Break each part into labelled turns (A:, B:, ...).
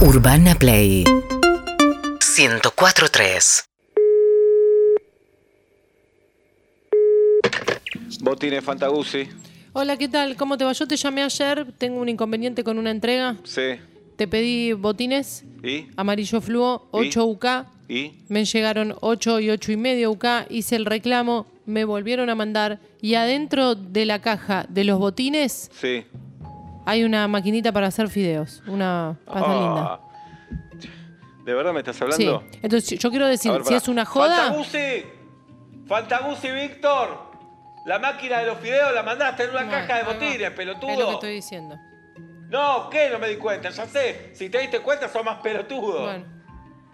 A: Urbana Play 104.3
B: Botines Fantaguzzi,
C: Hola, ¿qué tal? ¿Cómo te va? Yo te llamé ayer, tengo un inconveniente con una entrega.
B: sí.
C: Te pedí botines,
B: ¿Y?
C: amarillo fluo, 8 UK.
B: ¿Y?
C: Me llegaron 8 y 8 y medio UK, hice el reclamo, me volvieron a mandar y adentro de la caja de los botines
B: Sí.
C: hay una maquinita para hacer fideos, una pasta
B: Ah.
C: linda.
B: ¿De verdad me estás hablando?
C: Sí, entonces yo quiero decir,
B: A ver,
C: si
B: pará.
C: es una joda,
B: ¡Fantaguzzi! ¡Fantaguzzi, Víctor! La máquina de los fideos la mandaste en una
C: Bueno,
B: caja de
C: ahí va.
B: botines,
C: es lo que
B: pelotudo.
C: estoy diciendo.
B: No, ¿qué? No me di cuenta, ya sé. Si te diste cuenta, sos más pelotudo.
C: Bueno,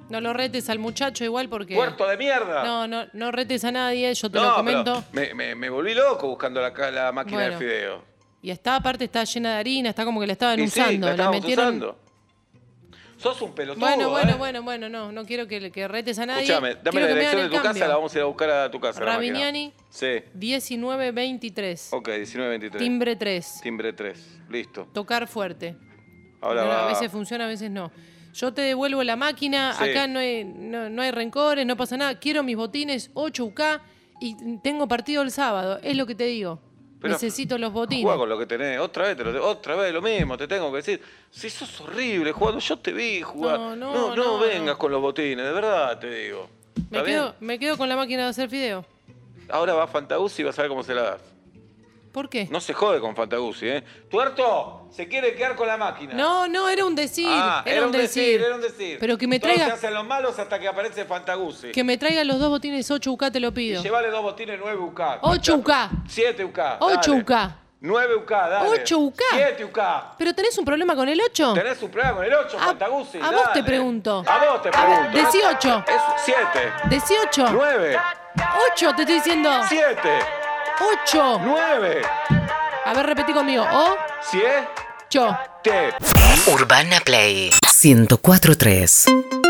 C: no lo retes al muchacho igual porque...
B: Puerto de mierda.
C: No, no, no retes a nadie, yo te
B: No,
C: lo
B: pero
C: comento.
B: me, me- me volví loco buscando la, ca- la máquina
C: Bueno.
B: de fideo.
C: Y está, aparte, está llena de harina, está como que la estaban
B: Y sí,
C: usando.
B: la
C: la
B: estábamos
C: metieron.
B: usando. Sos un pelotudo.
C: Bueno, bueno,
B: ¿eh?
C: bueno, bueno, no, no quiero que, que retes a nadie.
B: Escuchame, dame
C: Quiero
B: la
C: que me
B: dirección de
C: hagan
B: tu
C: el
B: casa, la
C: cambio.
B: vamos a ir a buscar a tu casa. la máquina.
C: Ravignani.
B: Sí.
C: 1923.
B: Ok, 1923.
C: Timbre 3.
B: Timbre 3. Listo.
C: Tocar fuerte.
B: Ahora
C: No, no,
B: va.
C: a veces funciona, a veces no. Yo te devuelvo la máquina,
B: Sí.
C: acá no hay, no, no hay rencores, no pasa nada. Quiero mis botines 8 UK y tengo partido el sábado, es lo que te digo.
B: Pero
C: Necesito los botines.
B: Juega con lo que tenés. Otra vez, te lo, otra vez lo mismo, te tengo que decir. Si sos horrible jugando, yo te vi jugar.
C: No, no,
B: no,
C: no,
B: vengas
C: no.
B: con los botines, de verdad te digo.
C: me,
B: ¿Está
C: quedo, me quedo con la máquina de hacer fideo.
B: bien? Ahora va Fantaguzzi y vas a ver cómo se la das.
C: ¿Por qué?
B: No se jode con Fantaguzzi, ¿eh? Tuerto, se quiere quedar con la máquina.
C: No, no, era un decir.
B: Ah,
C: era, un decir,
B: era un decir.
C: Pero que me
B: Todos
C: traiga,
B: se hacen los malos hasta que aparece Fantaguzzi.
C: que me traiga los dos botines 8 UK, te lo
B: Y
C: pido.
B: Llevale dos botines 9 UK.
C: 8 UK.
B: 7 UK.
C: 8
B: dale.
C: UK.
B: 9 UK, dale.
C: 8 UK.
B: 7 UK.
C: ¿Pero tenés un problema con el 8?
B: Tenés un problema con el 8,
C: A-
B: Fantaguzzi.
C: a vos
B: dale.
C: te pregunto.
B: A vos te
C: A ver,
B: pregunto.
C: decí ocho.
B: Es 7,
C: 18.
B: 9,
C: 8, te estoy diciendo.
B: 7,
C: 8.
B: 9,
C: A ver, repetí conmigo.
B: 7.
C: Ocho.
A: Urbana Play 104.3